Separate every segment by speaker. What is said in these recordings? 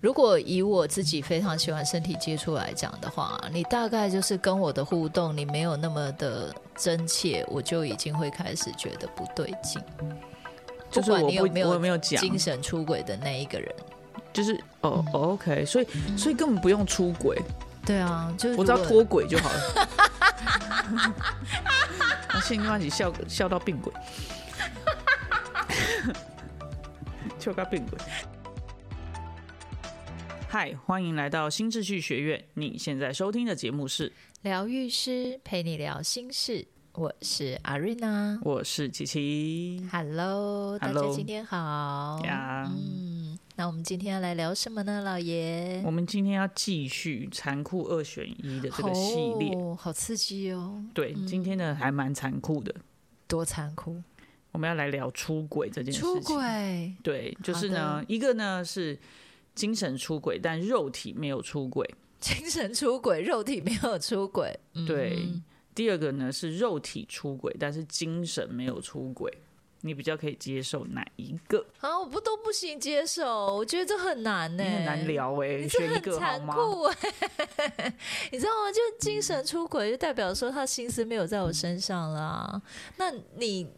Speaker 1: 如果以我自己非常喜欢身体接触来讲的话，你大概就是跟我的互动，你没有那么的真切，我就已经会开始觉得不对劲。
Speaker 2: 就
Speaker 1: 不
Speaker 2: 是
Speaker 1: 管
Speaker 2: 我
Speaker 1: 你有
Speaker 2: 不
Speaker 1: 没
Speaker 2: 我
Speaker 1: 有
Speaker 2: 有没有讲，
Speaker 1: 精神嗯出轨的那一个人，
Speaker 2: 就是哦、哦 OK，所以所以根本不用出轨，
Speaker 1: 对啊，就是如
Speaker 2: 我只要
Speaker 1: 果
Speaker 2: 脱轨就好了。 我心里一起笑笑到病鬼，笑到病鬼。嗨，欢迎来到新秩序学院。你现在收听的节目是，
Speaker 1: 疗愈师陪你聊心事，我是阿瑞娜。
Speaker 2: 我是琪琪
Speaker 1: Hello，大家
Speaker 2: Hello
Speaker 1: 今天好。
Speaker 2: 呀。
Speaker 1: 嗯，那我们今天要来聊什么呢，老爷？
Speaker 2: 我们今天要继续残酷二选一的这个系列。
Speaker 1: 哦、好刺激哦，
Speaker 2: 对，今天的还蛮残酷的。
Speaker 1: 多残酷！
Speaker 2: 我们要来聊出轨这件事情。
Speaker 1: 出轨，
Speaker 2: 对，就是
Speaker 1: 好
Speaker 2: 呢
Speaker 1: 的，
Speaker 2: 一个呢是精神出轨，但肉体没有出轨；
Speaker 1: 精神出轨，肉体没有出轨。嗯
Speaker 2: 对第二个呢是肉体出轨，但是精神没有出轨。你比较可以接受哪一个？
Speaker 1: 啊，我不都不行接受，我觉得这很难呢、
Speaker 2: 你很难。聊哎、
Speaker 1: 你这
Speaker 2: 选一
Speaker 1: 很
Speaker 2: 个好
Speaker 1: 残
Speaker 2: 吗？
Speaker 1: 酷哎、你知道吗？就是精神出轨，就代表说他心思没有在我身上啦。那你，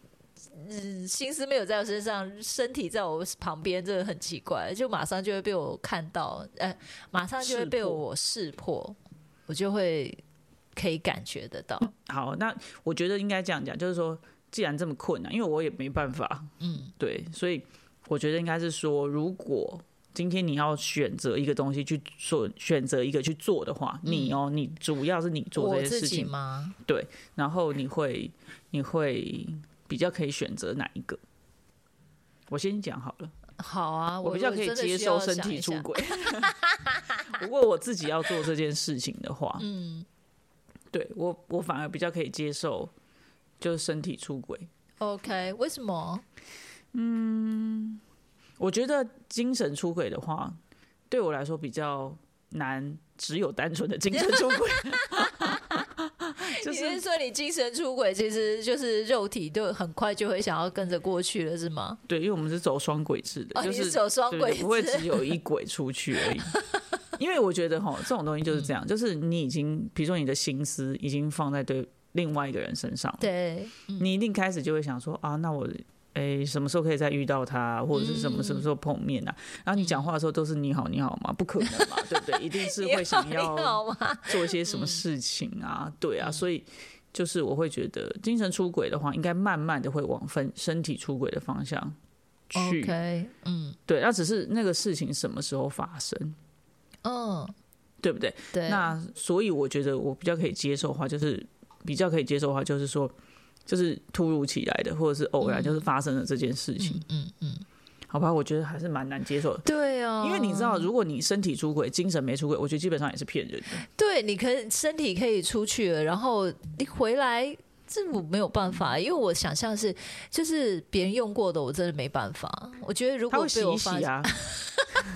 Speaker 1: 嗯，心思没有在我身上，身体在我旁边，这个很奇怪，就马上就会被我看到，呃，马上就会被
Speaker 2: 识破
Speaker 1: 我识破，我就会可以感觉得到。
Speaker 2: 好，那我觉得应该这样讲，就是说，既然这么困难，因为我也没办法，
Speaker 1: 嗯，
Speaker 2: 对，所以我觉得应该是说，如果今天你要选择一个东西去做，选择一个去做的话，你哦，你主要是你做
Speaker 1: 嗯我
Speaker 2: 这些
Speaker 1: 自
Speaker 2: 事
Speaker 1: 己
Speaker 2: 情，
Speaker 1: 吗？
Speaker 2: 然后你会你会比较可以选择哪一个？我先讲好了，
Speaker 1: 好啊，
Speaker 2: 我
Speaker 1: 我
Speaker 2: 比较
Speaker 1: 我
Speaker 2: 可以
Speaker 1: 真的
Speaker 2: 接
Speaker 1: 需
Speaker 2: 受
Speaker 1: 要
Speaker 2: 身
Speaker 1: 想
Speaker 2: 体
Speaker 1: 一
Speaker 2: 出
Speaker 1: 下。
Speaker 2: 轨。如果我自己要做这件事情的话，
Speaker 1: 嗯，
Speaker 2: 对我我反而比较可以接受，就是身体出轨。
Speaker 1: OK，为什么？
Speaker 2: 我觉得精神出轨的话，对我来说比较难，只有单纯的精神出 轨， 就
Speaker 1: 你是
Speaker 2: 是
Speaker 1: 说你精神出轨，其实就是肉体就很快就会想要跟着过去了，是吗？
Speaker 2: 对，因为我们是走双轨制的，
Speaker 1: 哦，
Speaker 2: 就
Speaker 1: 你
Speaker 2: 是
Speaker 1: 是走双
Speaker 2: 对
Speaker 1: 轨
Speaker 2: 不会
Speaker 1: 制，
Speaker 2: 只有一轨出去而 已。因为我觉得哈，这种东西就是这
Speaker 1: 嗯
Speaker 2: 样，就是你已经，比如说你的心思已经放在对另外一个人身上，
Speaker 1: 对，
Speaker 2: 你一定开始就会想说啊，那我诶、什么时候可以再遇到他，或者是什么什么时候碰面
Speaker 1: 嗯
Speaker 2: 啊？然后你讲话的时候都是你好你好嘛，不可能 嘛，对不对？一定是
Speaker 1: 你
Speaker 2: 会想
Speaker 1: 好
Speaker 2: 要
Speaker 1: 你好嗯吗？
Speaker 2: 做一些什么事情啊，对啊，所以就是我会觉得精神出轨的话，应该慢慢的会往分身体出轨的方向去。
Speaker 1: OK，嗯
Speaker 2: 对，那只是那个事情什么时候发生，
Speaker 1: 嗯，
Speaker 2: 对不对？
Speaker 1: 对，
Speaker 2: 那所以我觉得我比较可以接受的话，就是比较可以接受的话，就是说，就是突如其来的，或者是偶然，就是发生了这件事情，
Speaker 1: 嗯嗯嗯，
Speaker 2: 好吧？我觉得还是蛮难接受的。
Speaker 1: 对啊，
Speaker 2: 因为你知道，如果你身体出轨、精神没出轨，我觉得基本上也是骗人的。
Speaker 1: 对，你可以身体可以出去了，然后你回来。这我没有办法，因为我想象是，就是别人用过的，我真的没办法。我觉得如
Speaker 2: 他
Speaker 1: 果
Speaker 2: 会洗
Speaker 1: 被我
Speaker 2: 一
Speaker 1: 发
Speaker 2: 洗
Speaker 1: 现，
Speaker 2: 啊。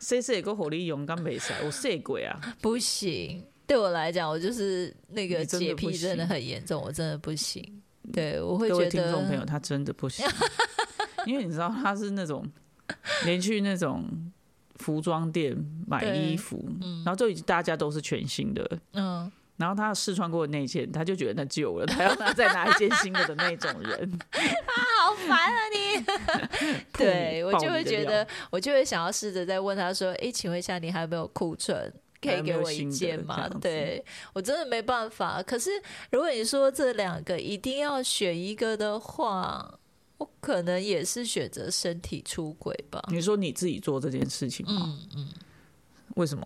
Speaker 2: 谁谁个火力勇敢没塞，我塞鬼啊！
Speaker 1: 不行，对我来讲，我就是那个
Speaker 2: 你真的
Speaker 1: 洁
Speaker 2: 不
Speaker 1: 癖
Speaker 2: 行嗯
Speaker 1: 真的很严重，我真的不行。对，我会
Speaker 2: 各
Speaker 1: 觉
Speaker 2: 位
Speaker 1: 得
Speaker 2: 听众朋友，他真的不行，因为你知道他是那种连去那种服装店买
Speaker 1: 对
Speaker 2: 衣服，然后就已经大家都是全新的，
Speaker 1: 嗯，
Speaker 2: 然后他试穿过的那一件，他就觉得那旧了，他要拿再拿一件新的的那种 人。
Speaker 1: 好烦啊你！
Speaker 2: 吐你
Speaker 1: 对我
Speaker 2: 爆
Speaker 1: 就
Speaker 2: 你
Speaker 1: 会
Speaker 2: 的
Speaker 1: 觉
Speaker 2: 料
Speaker 1: 得，我就会想要试着再问他说：“诶，请问一下，你还有没有库存？”可
Speaker 2: 还
Speaker 1: 以
Speaker 2: 有
Speaker 1: 给
Speaker 2: 没有
Speaker 1: 我一
Speaker 2: 新的
Speaker 1: 件
Speaker 2: 这
Speaker 1: 吗
Speaker 2: 样子？
Speaker 1: 对我真的没办法。可是如果你说这两个一定要选一个的话，我可能也是选择身体出轨吧。
Speaker 2: 你说你自己做这件事情吗？
Speaker 1: 嗯
Speaker 2: 为什么？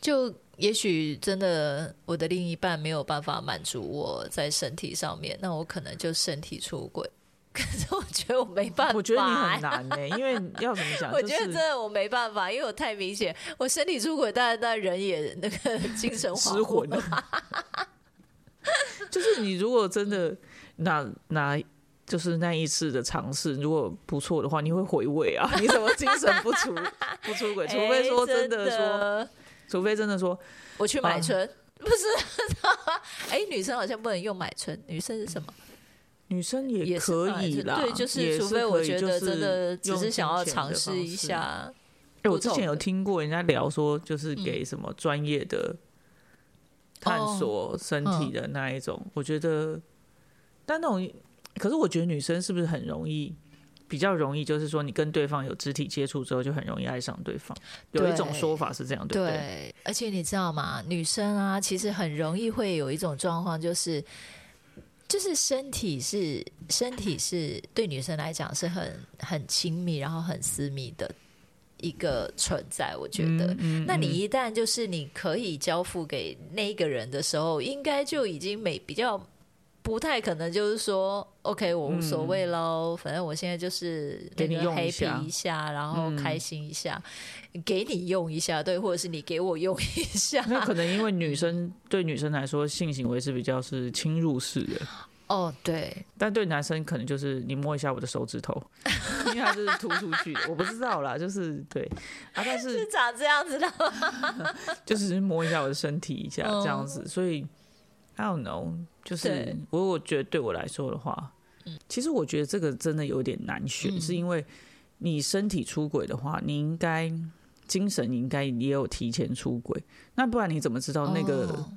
Speaker 1: 就也许真的我的另一半没有办法满足我在身体上面，那我可能就身体出轨。 可是我觉得我没办法、
Speaker 2: 我觉得你很难呢、因为要怎么 讲，
Speaker 1: 我
Speaker 2: 就
Speaker 1: 觉得
Speaker 2: 是
Speaker 1: 真的我没办法，因为我太明显，我身体出轨，但但人也那个精神
Speaker 2: 失
Speaker 1: 恍惚
Speaker 2: 魂。了。 就是你如果真
Speaker 1: 嗯
Speaker 2: 的拿拿，就是那一次的尝试，如果不错的话，你会回味 啊。你怎么精神不出不出轨？除非说
Speaker 1: 哎真
Speaker 2: 真的说，除非真的说，
Speaker 1: 我去买
Speaker 2: 啊
Speaker 1: 春， 不是？哎、女生好像不能用买春，女生是什么？
Speaker 2: 女生
Speaker 1: 也是
Speaker 2: 可
Speaker 1: 买
Speaker 2: 以
Speaker 1: 春
Speaker 2: 啦，
Speaker 1: 对，
Speaker 2: 也
Speaker 1: 除非我
Speaker 2: 可以
Speaker 1: 觉
Speaker 2: 就
Speaker 1: 得
Speaker 2: 是
Speaker 1: 真的只
Speaker 2: 用
Speaker 1: 是想
Speaker 2: 金
Speaker 1: 要
Speaker 2: 钱的
Speaker 1: 尝试
Speaker 2: 方
Speaker 1: 一
Speaker 2: 式。
Speaker 1: 下，
Speaker 2: 哎，我之前有
Speaker 1: 不同的嗯
Speaker 2: 听过人家聊说，就是给什么专业的探索身体的那一种，
Speaker 1: 哦
Speaker 2: 我觉得，但那种，可是我觉得女生是不是很容易？比较容易，就是说你跟对方有肢体接触之后，就很容易爱上对方。有一种
Speaker 1: 对
Speaker 2: 说法是这样，对不对？
Speaker 1: 对，而且你知道吗？女生啊，其实很容易会有一种状况，就是就是身体是身体是对女生来讲是很很亲密，然后很私密的一个存在。我觉得，
Speaker 2: 嗯
Speaker 1: 那你一旦就是你可以交付给那一个人的时候，应该就已经没比较。不太可能，就是说，OK，我无所谓喽，反正我现在就是
Speaker 2: 嗯给你
Speaker 1: 那个
Speaker 2: 用
Speaker 1: happy
Speaker 2: 一下嗯
Speaker 1: 一下，然后开心一下，给你用一下，对，或者是你给我用一下。
Speaker 2: 那 可能因为女
Speaker 1: 嗯
Speaker 2: 生对女生来说，性行为是比较是侵入式的，
Speaker 1: 哦，对，
Speaker 2: 但对男生可能就是你摸一下我的手指头，因为它是突出去的，我不知道啦，就是对啊，但是
Speaker 1: 是长这样子的。
Speaker 2: 就只是摸一下我的身体一下
Speaker 1: 嗯
Speaker 2: 这样子，所以 I don't know，就是
Speaker 1: 对
Speaker 2: 我我觉得对我来说的话，其实我觉得这个真的有点难选，
Speaker 1: 嗯
Speaker 2: 是因为你身体出轨的话，你应该精神你应该也有提前出轨，那不然你怎么知道那个、
Speaker 1: 哦，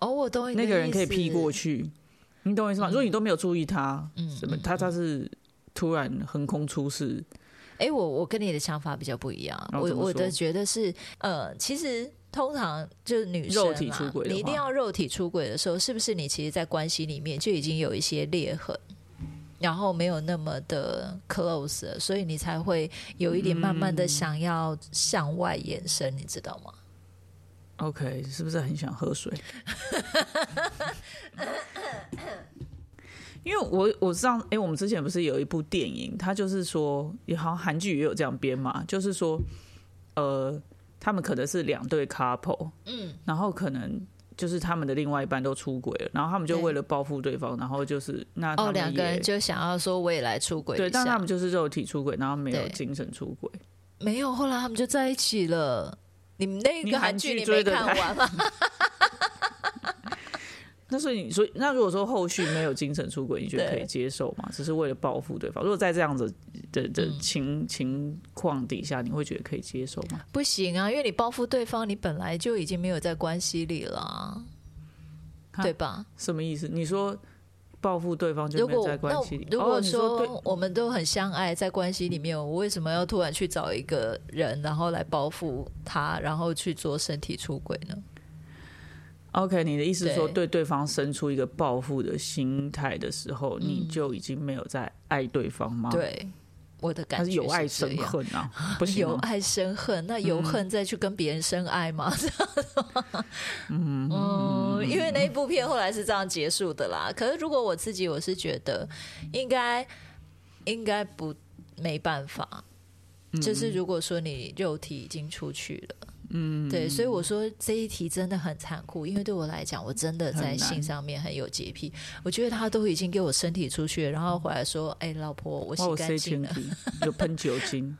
Speaker 1: 哦我懂你的
Speaker 2: 那个人可以
Speaker 1: 意思
Speaker 2: 劈过。去，你懂我意思吗？如果你都没有注意他，
Speaker 1: 嗯
Speaker 2: 什么
Speaker 1: 嗯
Speaker 2: 他他是突然横空出世，
Speaker 1: 哎，我我跟你的想法比较不一样，
Speaker 2: 哦
Speaker 1: 我
Speaker 2: 怎么
Speaker 1: 我的
Speaker 2: 说
Speaker 1: 觉得是，呃，其实通常就是女生
Speaker 2: 肉体
Speaker 1: 啦
Speaker 2: 出轨的
Speaker 1: 你一定
Speaker 2: 话
Speaker 1: 要肉体出轨的时候，是不是你其实，在关系里面就已经有一些裂痕？然后没有那么的 close，了所以你才会有一点慢慢
Speaker 2: 嗯
Speaker 1: 的想要向外延伸，你知道吗？
Speaker 2: OK，是不是很想喝水？因为我我上哎、我们之前不是有一部电影，它就是说，也好像韩剧也有这样编嘛，就是说，呃，他们可能是两对 couple，嗯，然后可能就是他们的另外一半都出轨了，然后他们就
Speaker 1: 对
Speaker 2: 为了报复对方，然后就是那他
Speaker 1: 哦，
Speaker 2: 们
Speaker 1: 两个
Speaker 2: 也
Speaker 1: 人就想要说我也来出轨一下，
Speaker 2: 对，但他们就是肉体出轨，然后没有
Speaker 1: 对
Speaker 2: 精神出轨。
Speaker 1: 没有，后来他们就在一起了。你们那
Speaker 2: 你
Speaker 1: 个
Speaker 2: 韩
Speaker 1: 韩剧
Speaker 2: 剧
Speaker 1: 你
Speaker 2: 追
Speaker 1: 没
Speaker 2: 得
Speaker 1: 看
Speaker 2: 太
Speaker 1: 完吗？
Speaker 2: 那所以你说，那如果说后续没有精神出轨，你觉得可以
Speaker 1: 对
Speaker 2: 接受吗？只是为了报复对方？如果在这样子的的的情、情况底下，你会觉得可以接受吗？
Speaker 1: 不行啊，因为你报复对方，你本来就已经没有在关系里了啊，
Speaker 2: 哈
Speaker 1: 对吧？
Speaker 2: 什么意思？你说报复对方就
Speaker 1: 如
Speaker 2: 没有
Speaker 1: 果
Speaker 2: 在关
Speaker 1: 那
Speaker 2: 系里？
Speaker 1: 如
Speaker 2: 哦
Speaker 1: 果
Speaker 2: 你对，
Speaker 1: 我们都很相爱，在关系里面，我为什么要突然去找一个人，然后来报复他，然后去做身体出轨呢？
Speaker 2: OK，你的意思是说，
Speaker 1: 对
Speaker 2: 对对方生出一个报复的心态的时候，你就已经没有在爱对方吗？，
Speaker 1: 对，我的感
Speaker 2: 啊他
Speaker 1: 觉
Speaker 2: 是有爱
Speaker 1: 这
Speaker 2: 生
Speaker 1: 样。
Speaker 2: 恨啊，不行嗯
Speaker 1: 有
Speaker 2: 吗？
Speaker 1: 爱生恨，那有恨再去跟别人生爱吗？ 这样子嗯，因为那一部片后来是这样结束的啦。可是如果我自己，我是觉得应该应该不没办法，
Speaker 2: 嗯
Speaker 1: 就是如果说你肉体已经出去了。嗯，对，所以我说这一题真的很残酷，因为对我来讲，我真的在
Speaker 2: 很难
Speaker 1: 性上面很有洁癖。我觉得他都已经给我身体出去了，然后回来说：“哎，老婆，我
Speaker 2: 哇，
Speaker 1: 洗
Speaker 2: 我
Speaker 1: 干
Speaker 2: 塞
Speaker 1: 净
Speaker 2: 前
Speaker 1: 了。”
Speaker 2: 提有喷酒精，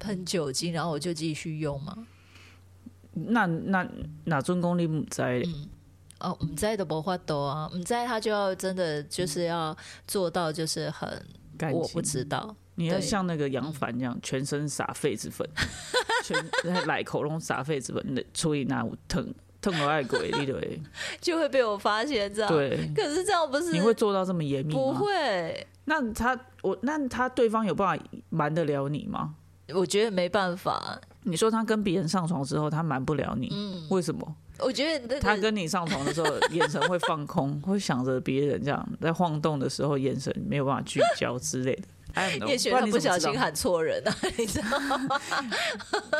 Speaker 1: 喷酒精，然后我就继续用嘛。
Speaker 2: 那那哪尊功力不在？
Speaker 1: 哦，唔知都无法度啊，唔知他就要真的就是要做到，就是很
Speaker 2: 感
Speaker 1: 我
Speaker 2: 情
Speaker 1: 不知道，
Speaker 2: 你要
Speaker 1: 对嗯
Speaker 2: 像那个杨凡这样，全身撒痱子 粉，全来口拢撒痱子粉，所以那有疼疼我爱鬼，你就 会
Speaker 1: 就会被我发现这样。，
Speaker 2: 对，
Speaker 1: 可是这样不是
Speaker 2: 你会做到这么严密
Speaker 1: 不
Speaker 2: 吗？
Speaker 1: 会？
Speaker 2: 那他我那他对方有办法瞒得了你吗？
Speaker 1: 我觉得没办法，
Speaker 2: 你说他跟别人上床之后，他瞒不了你，为什么？
Speaker 1: 我觉得那
Speaker 2: 他
Speaker 1: 嗯个
Speaker 2: 跟你上床的时候，眼神会放空，会想着别人，这样在晃动的时候，眼神没有办法聚焦之类的。哎，
Speaker 1: 也许
Speaker 2: 然
Speaker 1: 他
Speaker 2: 你
Speaker 1: 不
Speaker 2: 怎么
Speaker 1: 小
Speaker 2: 知道
Speaker 1: 心喊错人啊，你知道吗？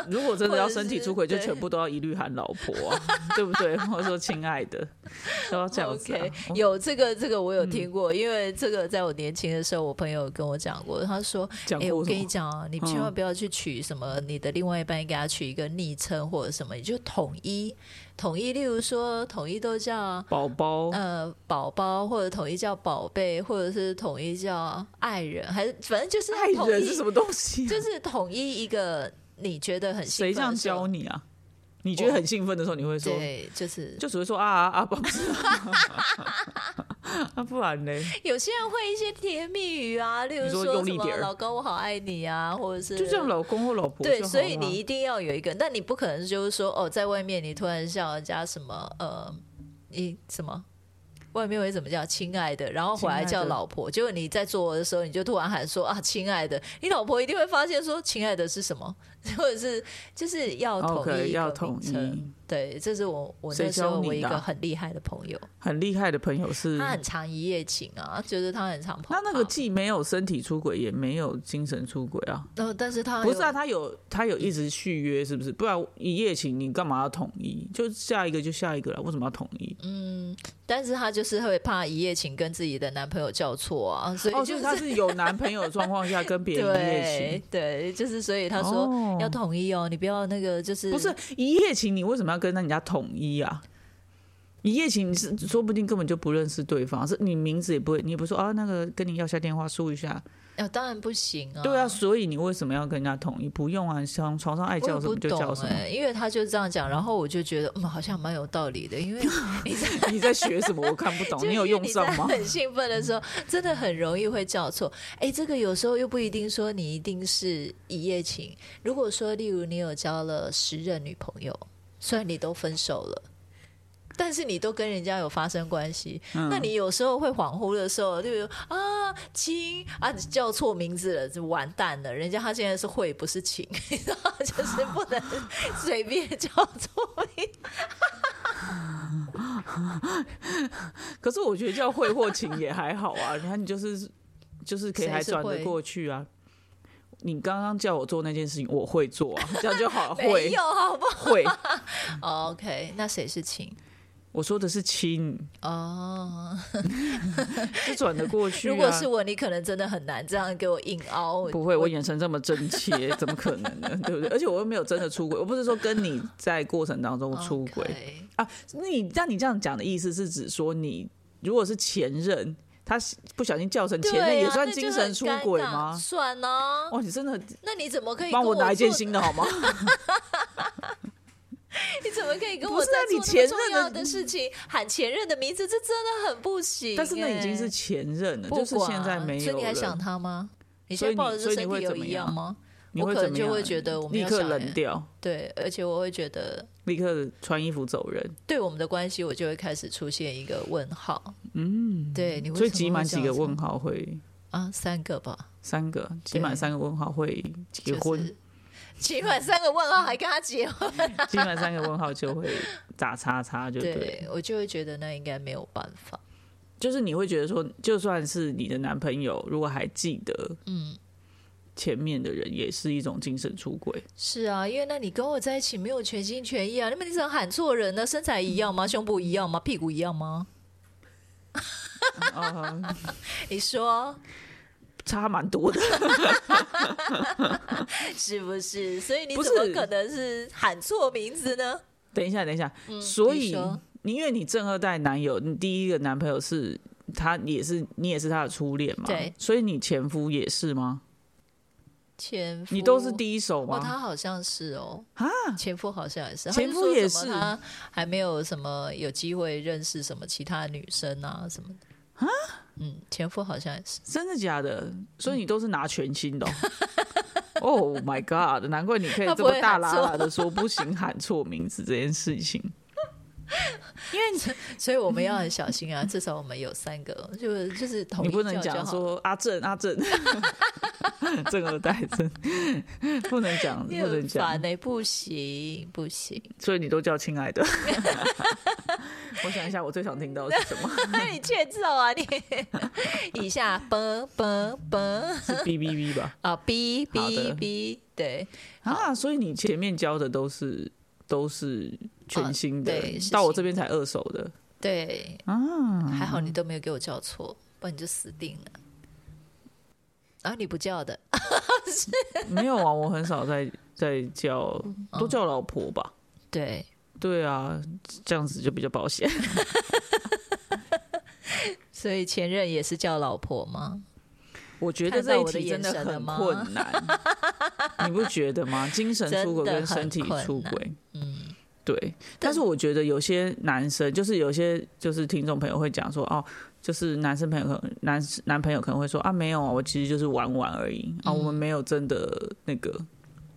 Speaker 2: 如果真的要身体出轨，
Speaker 1: 或者
Speaker 2: 就是全部都要一律喊老婆、啊， 对不对？或者说亲爱的，都要这样子、啊。嗯
Speaker 1: OK，有这个这个我有听过，因为这个在我年轻的时候，我朋友跟我讲过，他说
Speaker 2: 讲
Speaker 1: 哎、我
Speaker 2: 过什
Speaker 1: 跟你
Speaker 2: 么？嗯
Speaker 1: 讲啊，你千万不要去取什么，你的另外一半给他取一个昵称或者什么，你就统一统一，例如说统一都叫
Speaker 2: 宝宝、
Speaker 1: 呃宝宝，或者统一叫宝贝，或者是统一叫爱人，还是反正就是
Speaker 2: 爱
Speaker 1: 统
Speaker 2: 人
Speaker 1: 一
Speaker 2: 是什么东西、啊？
Speaker 1: 就是统一一个你觉得很兴
Speaker 2: 谁
Speaker 1: 奋
Speaker 2: 这样
Speaker 1: 的时候
Speaker 2: 教你啊？你觉得很兴奋的时候，你会说，
Speaker 1: 对，就是
Speaker 2: 就只会说啊啊啊，不是、 啊，不然呢？
Speaker 1: 有些人会一些甜言蜜语啊，例如
Speaker 2: 你说
Speaker 1: 说
Speaker 2: 用
Speaker 1: 什
Speaker 2: 力点
Speaker 1: 么“
Speaker 2: 儿
Speaker 1: 老公，我好爱你”啊，或者是
Speaker 2: 就像老公或老婆
Speaker 1: 对，
Speaker 2: 就好啊
Speaker 1: 所以
Speaker 2: 啦
Speaker 1: 你一定要有一个，但你不可能就是说哦，在外面你突然叫人家什么呃，你什么外面会怎么叫亲爱的，然后回来
Speaker 2: 亲爱
Speaker 1: 叫
Speaker 2: 的
Speaker 1: 老婆，结果你在做的时候你就突然喊说啊亲爱的，你老婆一定会发现说亲爱的是什么， 或者是就是要统
Speaker 2: OK
Speaker 1: 一一
Speaker 2: 要
Speaker 1: 个
Speaker 2: 统
Speaker 1: 名称。
Speaker 2: 一。
Speaker 1: 对，这是我我
Speaker 2: 谁
Speaker 1: 那时
Speaker 2: 教
Speaker 1: 候
Speaker 2: 你
Speaker 1: 我一
Speaker 2: 的
Speaker 1: 个
Speaker 2: 啊
Speaker 1: 很厉害的朋友，
Speaker 2: 很厉害的朋友是，
Speaker 1: 他很
Speaker 2: 那
Speaker 1: 常一夜情啊，就是他很常跑。
Speaker 2: 那个既没有身体出轨，也没有精神出轨啊。
Speaker 1: 然后呃但是他
Speaker 2: 不是啊，
Speaker 1: 有
Speaker 2: 他有他有一直续约，是不是？不然一夜情你干嘛要统一？就下一个就下一个了，为什么要统一？
Speaker 1: 但是她就是会怕一夜情跟自己的男朋友叫错啊，所以就
Speaker 2: 哦，所以
Speaker 1: 是、
Speaker 2: 他是有男朋友的状况下跟别人一夜
Speaker 1: 对
Speaker 2: 情。
Speaker 1: 对，就是所以她说、
Speaker 2: 哦
Speaker 1: 要统一哦，你不要那个就是
Speaker 2: 不是一夜情，你为什么要跟人家统一啊？一夜情你是说不定根本就不认识对方，是你名字也不会，你也不说啊，那个跟你要下电话输一下，
Speaker 1: 哦，当然不行啊，
Speaker 2: 对啊，所以你为什么要跟人家统一？不用啊，你床床上爱
Speaker 1: 我也
Speaker 2: 叫什
Speaker 1: 不
Speaker 2: 么就
Speaker 1: 懂
Speaker 2: 叫什么。
Speaker 1: 哎、因为她就这样讲，然后我就觉得嗯，好像蛮有道理的，因为你在。
Speaker 2: 你在学什么？我看不懂，
Speaker 1: 就
Speaker 2: 你有
Speaker 1: 因为
Speaker 2: 用上
Speaker 1: 在
Speaker 2: 吗？
Speaker 1: 很兴奋的时候，真的很容易会叫错。哎，这个有时候又不一定说你一定是一夜情。如果说，例如你有交了十任女朋友，虽然你都分手了。但是你都跟人家有发生关系，
Speaker 2: 嗯
Speaker 1: 那你有时候会恍惚的时候，例如啊亲啊叫错名字了，就完蛋了。人家他现在是会不是情， 你知道，就是不能随便叫错名
Speaker 2: 可是我觉得叫会或情也还好 啊，然后你就是就是可以
Speaker 1: 谁
Speaker 2: 还
Speaker 1: 是
Speaker 2: 转得
Speaker 1: 会
Speaker 2: 过去啊。你刚刚叫我做那件事情，我会做 啊，这样就好了。
Speaker 1: 没
Speaker 2: 会
Speaker 1: 有好不好
Speaker 2: 会，
Speaker 1: 哦？OK，那谁是情？
Speaker 2: 我说的是亲，
Speaker 1: 哦，
Speaker 2: 是转得过去、啊。
Speaker 1: 如果是我，你可能真的很难这样给我硬凹。
Speaker 2: 不会，我眼神这么真切， 怎么可能呢？对不对？而且我又没有真的出轨，我不是说跟你在过程当中出轨。
Speaker 1: OK
Speaker 2: 啊，你但你这样讲的意思是指说你如果是前任，他不小心叫成前
Speaker 1: 对啊
Speaker 2: 任，也算
Speaker 1: 那就
Speaker 2: 精神
Speaker 1: 很
Speaker 2: 出
Speaker 1: 尴
Speaker 2: 轨
Speaker 1: 尬
Speaker 2: 吗？
Speaker 1: 算呢、
Speaker 2: 哇，你真的
Speaker 1: 那你怎么可以
Speaker 2: 帮
Speaker 1: 跟
Speaker 2: 我
Speaker 1: 我
Speaker 2: 拿一件
Speaker 1: 做
Speaker 2: 新的好吗？
Speaker 1: 你怎么可以跟
Speaker 2: 不
Speaker 1: 我
Speaker 2: 是
Speaker 1: 在
Speaker 2: 啊你
Speaker 1: 做
Speaker 2: 前
Speaker 1: 那么
Speaker 2: 任
Speaker 1: 重
Speaker 2: 的
Speaker 1: 要的事情喊前任的名字？这真的很不行欸、
Speaker 2: 但是那已经是前任了，
Speaker 1: 不
Speaker 2: 就是现在
Speaker 1: 管啊
Speaker 2: 没
Speaker 1: 所
Speaker 2: 有
Speaker 1: 以你还想
Speaker 2: 了。
Speaker 1: 他吗？你
Speaker 2: 所
Speaker 1: 现
Speaker 2: 以
Speaker 1: 在
Speaker 2: 你
Speaker 1: 抱着这
Speaker 2: 所以你
Speaker 1: 身
Speaker 2: 会
Speaker 1: 体有
Speaker 2: 怎么
Speaker 1: 一样
Speaker 2: 样
Speaker 1: 吗？
Speaker 2: 你
Speaker 1: 我
Speaker 2: 会
Speaker 1: 可
Speaker 2: 怎
Speaker 1: 能
Speaker 2: 么
Speaker 1: 就
Speaker 2: 样
Speaker 1: 会觉得我没
Speaker 2: 立
Speaker 1: 有
Speaker 2: 刻
Speaker 1: 想
Speaker 2: 冷
Speaker 1: 欸
Speaker 2: 掉，
Speaker 1: 对，而且我会觉得
Speaker 2: 立刻穿衣服走人。
Speaker 1: 对我们的关系，我就会开始出现一个问号。嗯，对，你为
Speaker 2: 所以
Speaker 1: 什么
Speaker 2: 集
Speaker 1: 会
Speaker 2: 满
Speaker 1: 这
Speaker 2: 几
Speaker 1: 样
Speaker 2: 个
Speaker 1: 子
Speaker 2: 问号会
Speaker 1: 啊？三个吧。
Speaker 2: 三个，集满
Speaker 1: 对
Speaker 2: 三个问号会结
Speaker 1: 就
Speaker 2: 婚，
Speaker 1: 是起码三个问号还跟他结婚，
Speaker 2: 集满三个问号就会打叉叉，就对了。
Speaker 1: 对我就会觉得那应该没有办法。
Speaker 2: 就是你会觉得说，就算是你的男朋友，如果还记得，嗯，前面的人也是一种精神出轨。
Speaker 1: 是啊，因为那你跟我在一起没有全心全意啊，那么你怎么喊错人呢？身材一样 吗？胸部一样吗？屁股一样吗？你说
Speaker 2: 啊差蛮多的，
Speaker 1: 是不是？所以你
Speaker 2: 不
Speaker 1: 怎么
Speaker 2: 是
Speaker 1: 可能是喊错名字呢？
Speaker 2: 等一下，等一下，所
Speaker 1: 嗯你
Speaker 2: 以
Speaker 1: 说
Speaker 2: 你因为你正二代男友，你第一个男朋友是他，也是你也是他的初恋嘛，
Speaker 1: 对
Speaker 2: 所以你前夫也是吗？
Speaker 1: 前夫
Speaker 2: 你都是第一手
Speaker 1: 哦，
Speaker 2: 吗？
Speaker 1: 他好像是哦，
Speaker 2: 啊，
Speaker 1: 前夫好像也是，他
Speaker 2: 前
Speaker 1: 就
Speaker 2: 夫
Speaker 1: 说
Speaker 2: 也
Speaker 1: 什么
Speaker 2: 是
Speaker 1: 他还没有什么有机会认识什么其他女生啊什么的啊，嗯，前夫好像也是，
Speaker 2: 真的假的？所以你都是拿全新的、哦。oh my god！难怪你可以
Speaker 1: 嗯他
Speaker 2: 这
Speaker 1: 不
Speaker 2: 么
Speaker 1: 会
Speaker 2: 大
Speaker 1: 喊
Speaker 2: 啦
Speaker 1: 错
Speaker 2: 啦的说不行喊错名字这件事情。
Speaker 1: 所以我们要很小心啊， 至少我们有三个，就就是同
Speaker 2: 你
Speaker 1: 一
Speaker 2: 不能
Speaker 1: 教就
Speaker 2: 讲
Speaker 1: 好
Speaker 2: 说阿正阿正， 正二代正， 不能讲不
Speaker 1: 你很
Speaker 2: 能
Speaker 1: 烦
Speaker 2: 讲，
Speaker 1: 呢、不行不行，
Speaker 2: 所以你都叫亲爱的。 我想一下，我最想听到的是什么？
Speaker 1: 你欠揍啊你！ 以下嘣嘣 嘣
Speaker 2: 是 B B B 吧？
Speaker 1: 啊哔
Speaker 2: 好
Speaker 1: 哔
Speaker 2: 的
Speaker 1: 哔，对，
Speaker 2: 啊，所以你前面教的都是都是全新的，
Speaker 1: 啊对是
Speaker 2: 到我
Speaker 1: 新
Speaker 2: 这边才二手的。
Speaker 1: 对，
Speaker 2: 啊
Speaker 1: 还好你都没有给我叫错，不然你就死定了。然、后你不叫的，
Speaker 2: 没有啊，我很少在在叫，都叫老婆吧。
Speaker 1: 对，
Speaker 2: 对啊，这样子就比较保险。
Speaker 1: 所以前任也是叫老婆吗？
Speaker 2: 我觉得
Speaker 1: 看到
Speaker 2: 这一
Speaker 1: 我的
Speaker 2: 题真
Speaker 1: 眼
Speaker 2: 的
Speaker 1: 神了
Speaker 2: 很
Speaker 1: 吗
Speaker 2: 困难，你不觉得吗？精神出轨跟身体出
Speaker 1: 真的很
Speaker 2: 轨，嗯，对。但是我觉得有些男生，就是有些就是听众朋友会讲说，哦，就是男生朋友可能男男朋友可能会说啊，没有啊，我其实就是玩玩而已啊，我
Speaker 1: 嗯
Speaker 2: 们没有真的那个。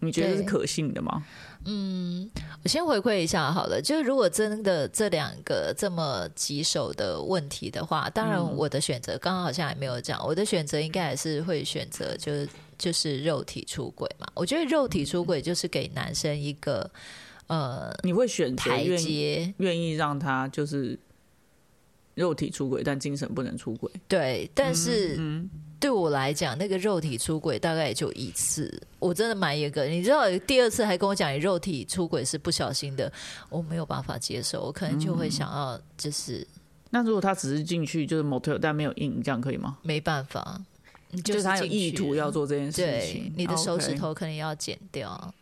Speaker 2: 你觉得是可信的吗？
Speaker 1: 嗯，我先回馈一下好了。就是如果真的这两个这么棘手的问题的话，当然我的选择刚刚好像还没有讲，我的选择应该还是会选择就是就是肉体出轨嘛。我觉得肉体出轨就是给男生一个呃
Speaker 2: 你会选择
Speaker 1: 台
Speaker 2: 愿意
Speaker 1: 阶，
Speaker 2: 愿意让他就是肉体出轨，但精神不能出轨？
Speaker 1: 对，但是。
Speaker 2: 嗯，
Speaker 1: 对我来讲，那个肉体出轨大概也就一次，我真的蛮严格。你知道，第二次还跟我讲你肉体出轨是不小心的，我没有办法接受，我可能就会想要就是
Speaker 2: 那如果他只是进去就是 motel 但没有硬，这样可以吗？
Speaker 1: 没办法，你
Speaker 2: 就是
Speaker 1: 是
Speaker 2: 他有
Speaker 1: 进去
Speaker 2: 意图要
Speaker 1: 了。
Speaker 2: 做这件事
Speaker 1: 对
Speaker 2: 情，，哦
Speaker 1: 你的手指
Speaker 2: OK、
Speaker 1: 头可能要剪掉，，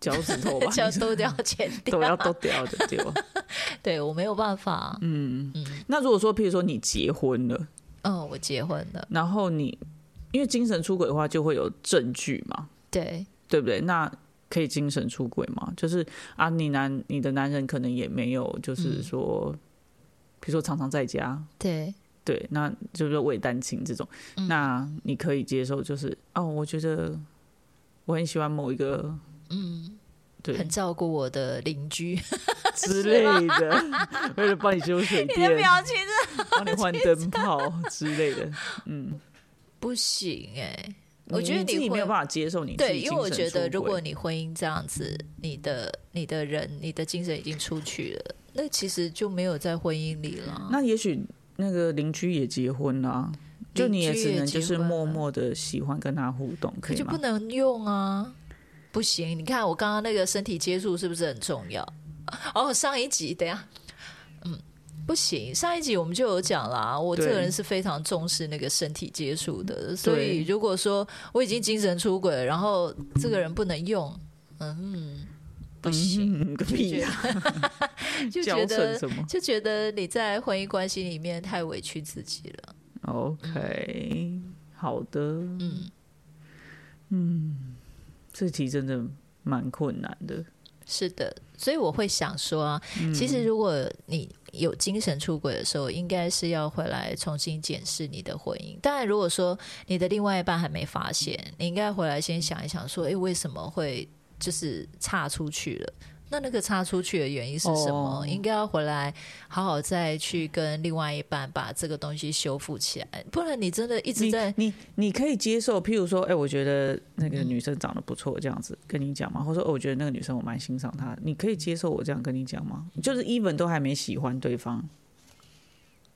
Speaker 2: 脚趾头吧
Speaker 1: 脚都要剪掉
Speaker 2: 都。要都掉的掉。
Speaker 1: 对我没有办法。嗯
Speaker 2: 那如果说，譬如说你结婚了，
Speaker 1: 嗯，我结婚了，
Speaker 2: 然后你因为精神出轨的话，就会有证据嘛，
Speaker 1: 对，
Speaker 2: 对不对？那可以精神出轨吗？就是啊，你男你的男人可能也没有，就是
Speaker 1: 嗯
Speaker 2: 说，比如说常常在家，
Speaker 1: 对，
Speaker 2: 对，那就是说伪单亲这种，
Speaker 1: 嗯
Speaker 2: 那你可以接受，就是哦，我觉得我很喜欢某一个，
Speaker 1: 嗯，
Speaker 2: 对
Speaker 1: 很照顾我的邻 居。
Speaker 2: 之类的， 为了帮你修水
Speaker 1: 你的
Speaker 2: 电，
Speaker 1: 表情真的
Speaker 2: 帮你换灯泡之类的，嗯，
Speaker 1: 不行哎、 我觉得
Speaker 2: 你自己
Speaker 1: 你
Speaker 2: 没有
Speaker 1: 会
Speaker 2: 办法接受你自
Speaker 1: 对，
Speaker 2: 己
Speaker 1: 因为我
Speaker 2: 精
Speaker 1: 觉
Speaker 2: 神
Speaker 1: 得
Speaker 2: 出
Speaker 1: 如
Speaker 2: 轨
Speaker 1: 果你婚姻这样子，你的你的人，你的精神已经出去了，那其实就没有在婚姻里了。
Speaker 2: 那也许那个邻居也结婚了、啊，就你也
Speaker 1: 邻居
Speaker 2: 只能
Speaker 1: 结
Speaker 2: 就是
Speaker 1: 婚
Speaker 2: 默
Speaker 1: 了
Speaker 2: 默的喜欢跟他互动，可
Speaker 1: 可
Speaker 2: 以
Speaker 1: 就不
Speaker 2: 吗？
Speaker 1: 能用啊，不行！你看我刚刚那个身体接触是不是很重要？ 哦，上一集等一下，嗯，不行，上一集我们就有讲啦，我这
Speaker 2: 对嗯
Speaker 1: 个人是非常重视那个身体接触的，所
Speaker 2: 对
Speaker 1: 以如果说我已经精神出轨了，然后这个人不能用，嗯，不行，
Speaker 2: 嗯，个
Speaker 1: 就
Speaker 2: 屁
Speaker 1: 觉
Speaker 2: 呀、
Speaker 1: 得就觉
Speaker 2: 娇
Speaker 1: 得
Speaker 2: 嗔什么
Speaker 1: 就觉得你在婚姻关系里面太委屈自己了。
Speaker 2: ？OK，好的，嗯嗯，这题真的蛮困难的，
Speaker 1: 是的，所以我会想说啊，其实如果你有精神出轨的时候，应该是要回来重新检视你的婚姻。当然，如果说你的另外一半还没发现，你应该回来先想一想，说，诶，为什么会就是岔出去了？那那个岔出去的原因是什么
Speaker 2: 哦
Speaker 1: 应该要回来好好再去跟另外一半把这个东西修复起来，不然你真的一直
Speaker 2: 你
Speaker 1: 在
Speaker 2: 你你可以接受，譬如说，哎、我觉得那个女生长得不错，这样子跟你讲吗？或者说、哦我觉得那个女生我蛮欣赏她的，你可以接受我这样跟你讲吗？就是 even 都还没喜欢对方，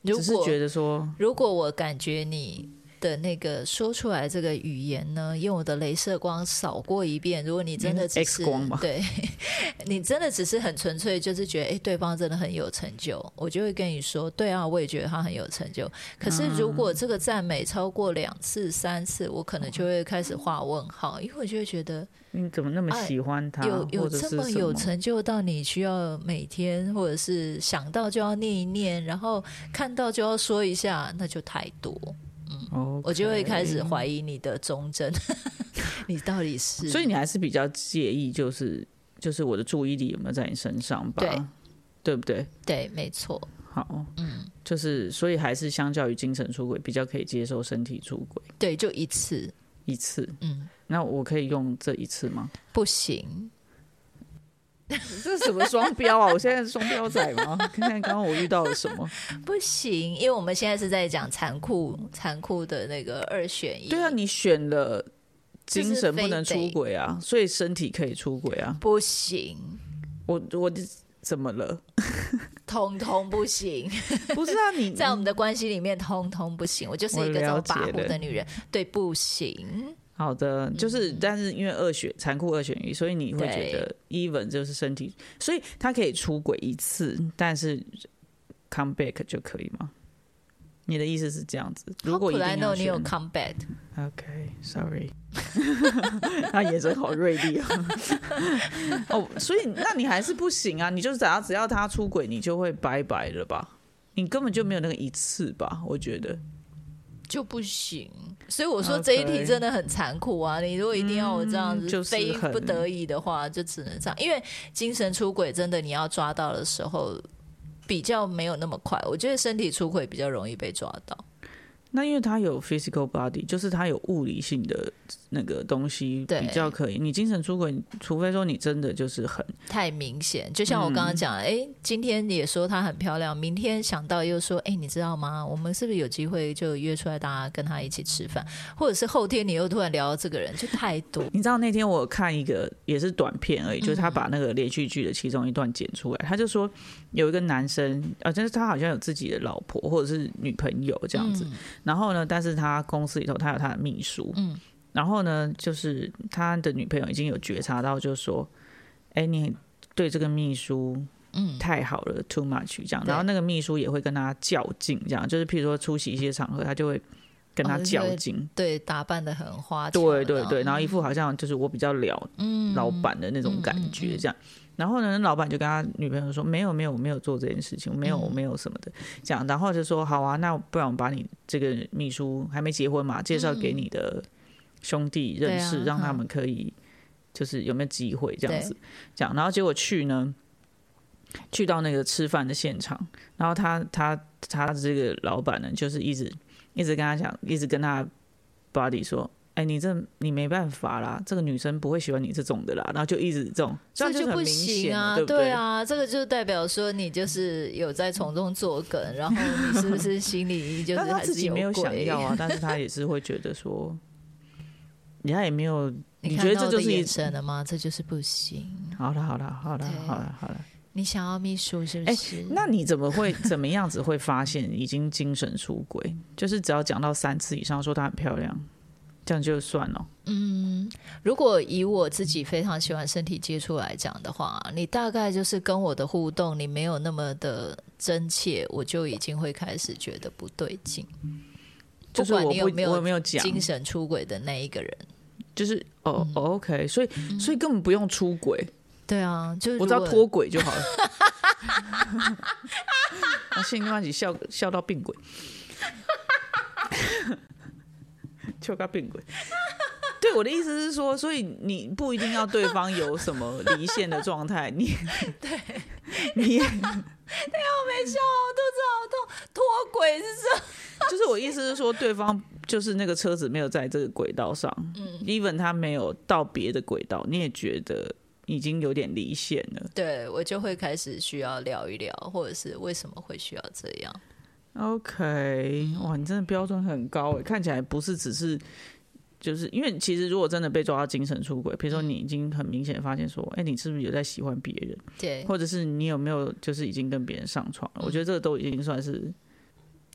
Speaker 1: 如
Speaker 2: 只
Speaker 1: 果
Speaker 2: 是觉得说，
Speaker 1: 如果我感觉你的那个说出来这个语言呢，用我的镭射光扫过一遍，如果你真的只是
Speaker 2: 嗯，X 光吧
Speaker 1: 对 你真的只是很纯粹，就是觉得诶对方真的很有成就，我就会跟你说，对啊，我也觉得他很有成就。可是如果这个赞美超过两次、三次，我可能就会开始画问号，因为我就会觉得
Speaker 2: 你怎么那么
Speaker 1: 哎
Speaker 2: 喜欢她，
Speaker 1: 有有
Speaker 2: 嗯或者是
Speaker 1: 这
Speaker 2: 什
Speaker 1: 么
Speaker 2: 么
Speaker 1: 有成就到你需要每天或者是想到就要念一念，然后看到就要说一下，那就太多。
Speaker 2: 哦，
Speaker 1: 我就会开始怀疑你的忠贞， 你到底是
Speaker 2: 所以你还是比较介意，就是就是我的注意力有没有在你身上吧？
Speaker 1: 对，
Speaker 2: 对不对？
Speaker 1: 对，没错，
Speaker 2: 好，嗯，就是所以还是相较于精神出轨，比较可以接受身体出轨
Speaker 1: 对，就一次，
Speaker 2: 一次。
Speaker 1: 嗯，
Speaker 2: 那我可以用这一次吗？
Speaker 1: 不行，
Speaker 2: 这是什么双标啊？我现在是双标仔吗？看看刚刚我遇到了什么？
Speaker 1: 不行，因为我们现在是在讲残酷残酷的那个二选一，
Speaker 2: 对啊，你选了
Speaker 1: 就是
Speaker 2: 精神不能
Speaker 1: 非
Speaker 2: 出
Speaker 1: 得
Speaker 2: 轨啊，所以身体可以出轨啊。
Speaker 1: 不行，
Speaker 2: 我我怎么了？
Speaker 1: 通通不 行，
Speaker 2: 不是啊， 你
Speaker 1: 在我们的关系里面通通不行，我就是一
Speaker 2: 我
Speaker 1: 个遭
Speaker 2: 了解
Speaker 1: 跋
Speaker 2: 了
Speaker 1: 扈的女人，对，不行，
Speaker 2: 好的，就是，但是因为二选残酷二选一，所以你会觉
Speaker 1: 嗯对
Speaker 2: 得 even 就是身体，所以他可以出轨一次，但是 come back 就可以吗？你的意思是这样子？如果一
Speaker 1: 普莱
Speaker 2: 定
Speaker 1: 诺
Speaker 2: 要
Speaker 1: 你有
Speaker 2: 选
Speaker 1: come back，
Speaker 2: ，OK，sorry，他眼神好锐利哦。哦，所以那你还是不行啊！你就是只要只要他出轨，你就会拜拜了吧？你根本就没有那个一次吧？我觉得。
Speaker 1: 就不行。所以我说这一题
Speaker 2: OK
Speaker 1: 真的很残酷啊！你如果一定要我这样子，
Speaker 2: 嗯就是
Speaker 1: 非
Speaker 2: 很
Speaker 1: 不得已的话，就只能这样。因为精神出轨真的，你要抓到的时候，比较没有那么快，我觉得身体出轨比较容易被抓到。
Speaker 2: 那因为它有 physical body，就是它有物理性的那个东西，
Speaker 1: 对
Speaker 2: 比较可以。你精神出轨，除非说你真的就是很
Speaker 1: 太明显，就像我刚刚讲，
Speaker 2: 嗯
Speaker 1: 哎、今天也说她很漂亮，明天想到又说，哎、你知道吗？我们是不是有机会就约出来，大家跟她一起吃饭，或者是后天你又突然聊到这个人，就太多。
Speaker 2: 你知道那天我有看一个也是短片而已，就是
Speaker 1: 嗯
Speaker 2: 他把那个连续剧的其中一段剪出来，他就说有一个男生啊，就是他好像有自己的老婆或者是女朋友这样子，然后呢，但是他公司里头他有他的秘书，
Speaker 1: 嗯，
Speaker 2: 然后呢，就是他的女朋友已经有觉察到，就说，哎、你对这个秘书
Speaker 1: 嗯，
Speaker 2: 太好了，too much 这样，
Speaker 1: 对
Speaker 2: 然后那个秘书也会跟他较劲，这样就是譬如说出席一些场合，他就会跟他
Speaker 1: 哦就是
Speaker 2: 较
Speaker 1: 会
Speaker 2: 劲。
Speaker 1: 对，打扮的很花俏，
Speaker 2: 对对对，
Speaker 1: 然
Speaker 2: 然
Speaker 1: 后
Speaker 2: 后一副好像就是我比较了
Speaker 1: 嗯
Speaker 2: 老板的那种感
Speaker 1: 嗯嗯
Speaker 2: 觉
Speaker 1: 嗯
Speaker 2: 这样。然后呢，老板就跟他女朋友说：“没有，没有，我没有做这件事情，没有，
Speaker 1: 嗯
Speaker 2: 我没有什么的。”这样，然后就说：“好啊，那不然我把你这个秘书还没结婚嘛，介绍给你的兄弟认
Speaker 1: 嗯
Speaker 2: 识，
Speaker 1: 对啊
Speaker 2: 让他们可以就是有没有机会这样子
Speaker 1: 对。”
Speaker 2: 这样，然后结果去呢，去到那个吃饭的现场，然后他他他这个老板呢，就是一直一直跟他讲，一直跟他 body 说。哎、你这你没办法啦，这个女生不会喜欢你这种的啦，然后就一直这种，
Speaker 1: 这
Speaker 2: 这样就
Speaker 1: 就是
Speaker 2: 很
Speaker 1: 不
Speaker 2: 明
Speaker 1: 行
Speaker 2: 显了
Speaker 1: 啊，
Speaker 2: 对不对？
Speaker 1: 啊，这个就代表说你就是有在从中作梗，然后你是不是心里就是
Speaker 2: 但他
Speaker 1: 还
Speaker 2: 自
Speaker 1: 是
Speaker 2: 己没有
Speaker 1: 有
Speaker 2: 想
Speaker 1: 鬼？
Speaker 2: 要 啊，但是他也是会觉得说，他也没有，你
Speaker 1: 看
Speaker 2: 觉得
Speaker 1: 到
Speaker 2: 这
Speaker 1: 我
Speaker 2: 就
Speaker 1: 的
Speaker 2: 是一
Speaker 1: 眼神了吗？这就是不行。
Speaker 2: 好了好了好了
Speaker 1: 对啊嗯
Speaker 2: 好了好了，
Speaker 1: 你想要秘书是不
Speaker 2: 哎
Speaker 1: 是？
Speaker 2: 那你怎么会怎么样子会发现已经精神出轨？就是只要讲到三次以上，说她很漂亮，这样就算了。
Speaker 1: 如果以我自己非常喜欢身体接触来讲的话，你大概就是跟我的互动，你没有那么的真切，我就已经会开始觉得不对劲。
Speaker 2: 就
Speaker 1: 不
Speaker 2: 是我
Speaker 1: 管
Speaker 2: 不
Speaker 1: 你有没
Speaker 2: 我有
Speaker 1: 有
Speaker 2: 没有讲，
Speaker 1: 精神出轨的那一个人，
Speaker 2: 就是哦、哦 OK，所以所以根本不用出轨，
Speaker 1: 对啊，就是
Speaker 2: 我只要脱轨就好了。啊我心里面起笑笑到病鬼， 笑到病鬼。对我的意思是说，所以你不一定要对方有什么离线的状态，你对， 你
Speaker 1: 没笑，肚子好痛，脱轨是什么？
Speaker 2: 就是我意思是说，对方就是那个车子没有在这个轨道上，嗯，even 他没有到别的轨道，你也觉得已经有点离线了。
Speaker 1: 对我就会开始需要聊一聊，或者是为什么会需要这样？
Speaker 2: OK，哇，你真的标准很高诶，看起来不是只是。就是因为其实如果真的被抓到精神出轨，比如说
Speaker 1: 嗯
Speaker 2: 你已经很明显地发现说，哎、你是不是有在喜欢别人，
Speaker 1: 对，嗯
Speaker 2: 或者是你有没有就是已经跟别人上床了？我觉得这个都已经算是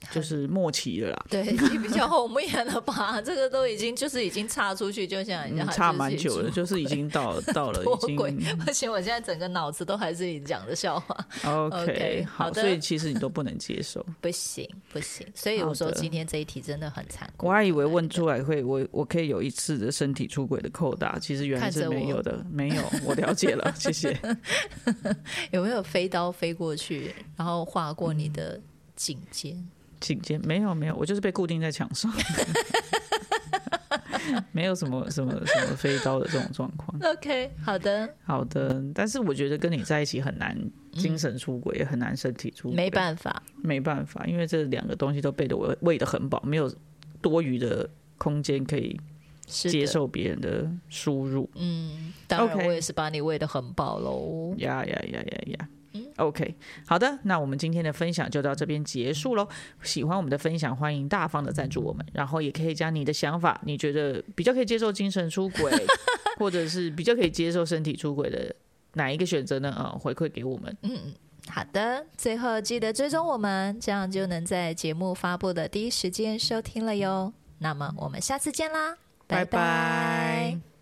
Speaker 2: 就是末期了啦，
Speaker 1: 对，你比较后面了吧？这个都已经就是已经插出去，就像人家
Speaker 2: 嗯，
Speaker 1: 还是
Speaker 2: 差蛮久了，
Speaker 1: 接触
Speaker 2: 就是已经到了到了
Speaker 1: 脱
Speaker 2: 已经
Speaker 1: 轨， 而且我现在整个脑子都还是你讲的笑话，
Speaker 2: OK
Speaker 1: 好
Speaker 2: 好，
Speaker 1: 的
Speaker 2: 所以其实你都不能接受。
Speaker 1: 不行不行。所以我说
Speaker 2: 好的
Speaker 1: 今天这一题真的很残酷。
Speaker 2: 我还以为问出来会我我可以有一次的身体出轨的扣打，其实原来是
Speaker 1: 看着我
Speaker 2: 没有的，没有，我了解了，谢 谢。
Speaker 1: 有没有飞刀飞过去，然后划过你的颈肩？
Speaker 2: 颈肩没有没有，我就是被固定在墙上， 没有什么什么什么飞刀的这种状况。
Speaker 1: OK，好的，
Speaker 2: 好的，但是我觉得跟你在一起很难精神出轨，也很难身体出轨，
Speaker 1: 嗯没办法，
Speaker 2: 没办法，因为这两个东西都被的我喂的很饱，没有多余的空间可以
Speaker 1: 是的
Speaker 2: 接。受别人的输入。
Speaker 1: 嗯，当然
Speaker 2: OK
Speaker 1: 我也是把你喂得很饱喽。
Speaker 2: 呀呀呀呀呀！OK，好的，那我们今天的分享就到这边结束喽。喜欢我们的分享，欢迎大方的赞助我们，然后也可以将你的想法，你觉得比较可以接受精神出轨，或者是比较可以接受身体出轨的哪一个选择呢？啊、回馈给我们。
Speaker 1: 嗯好的，最后记得追踪我们，这样就能在节目发布的第一时间收听了哟。那么我们下次见啦，拜
Speaker 2: 拜拜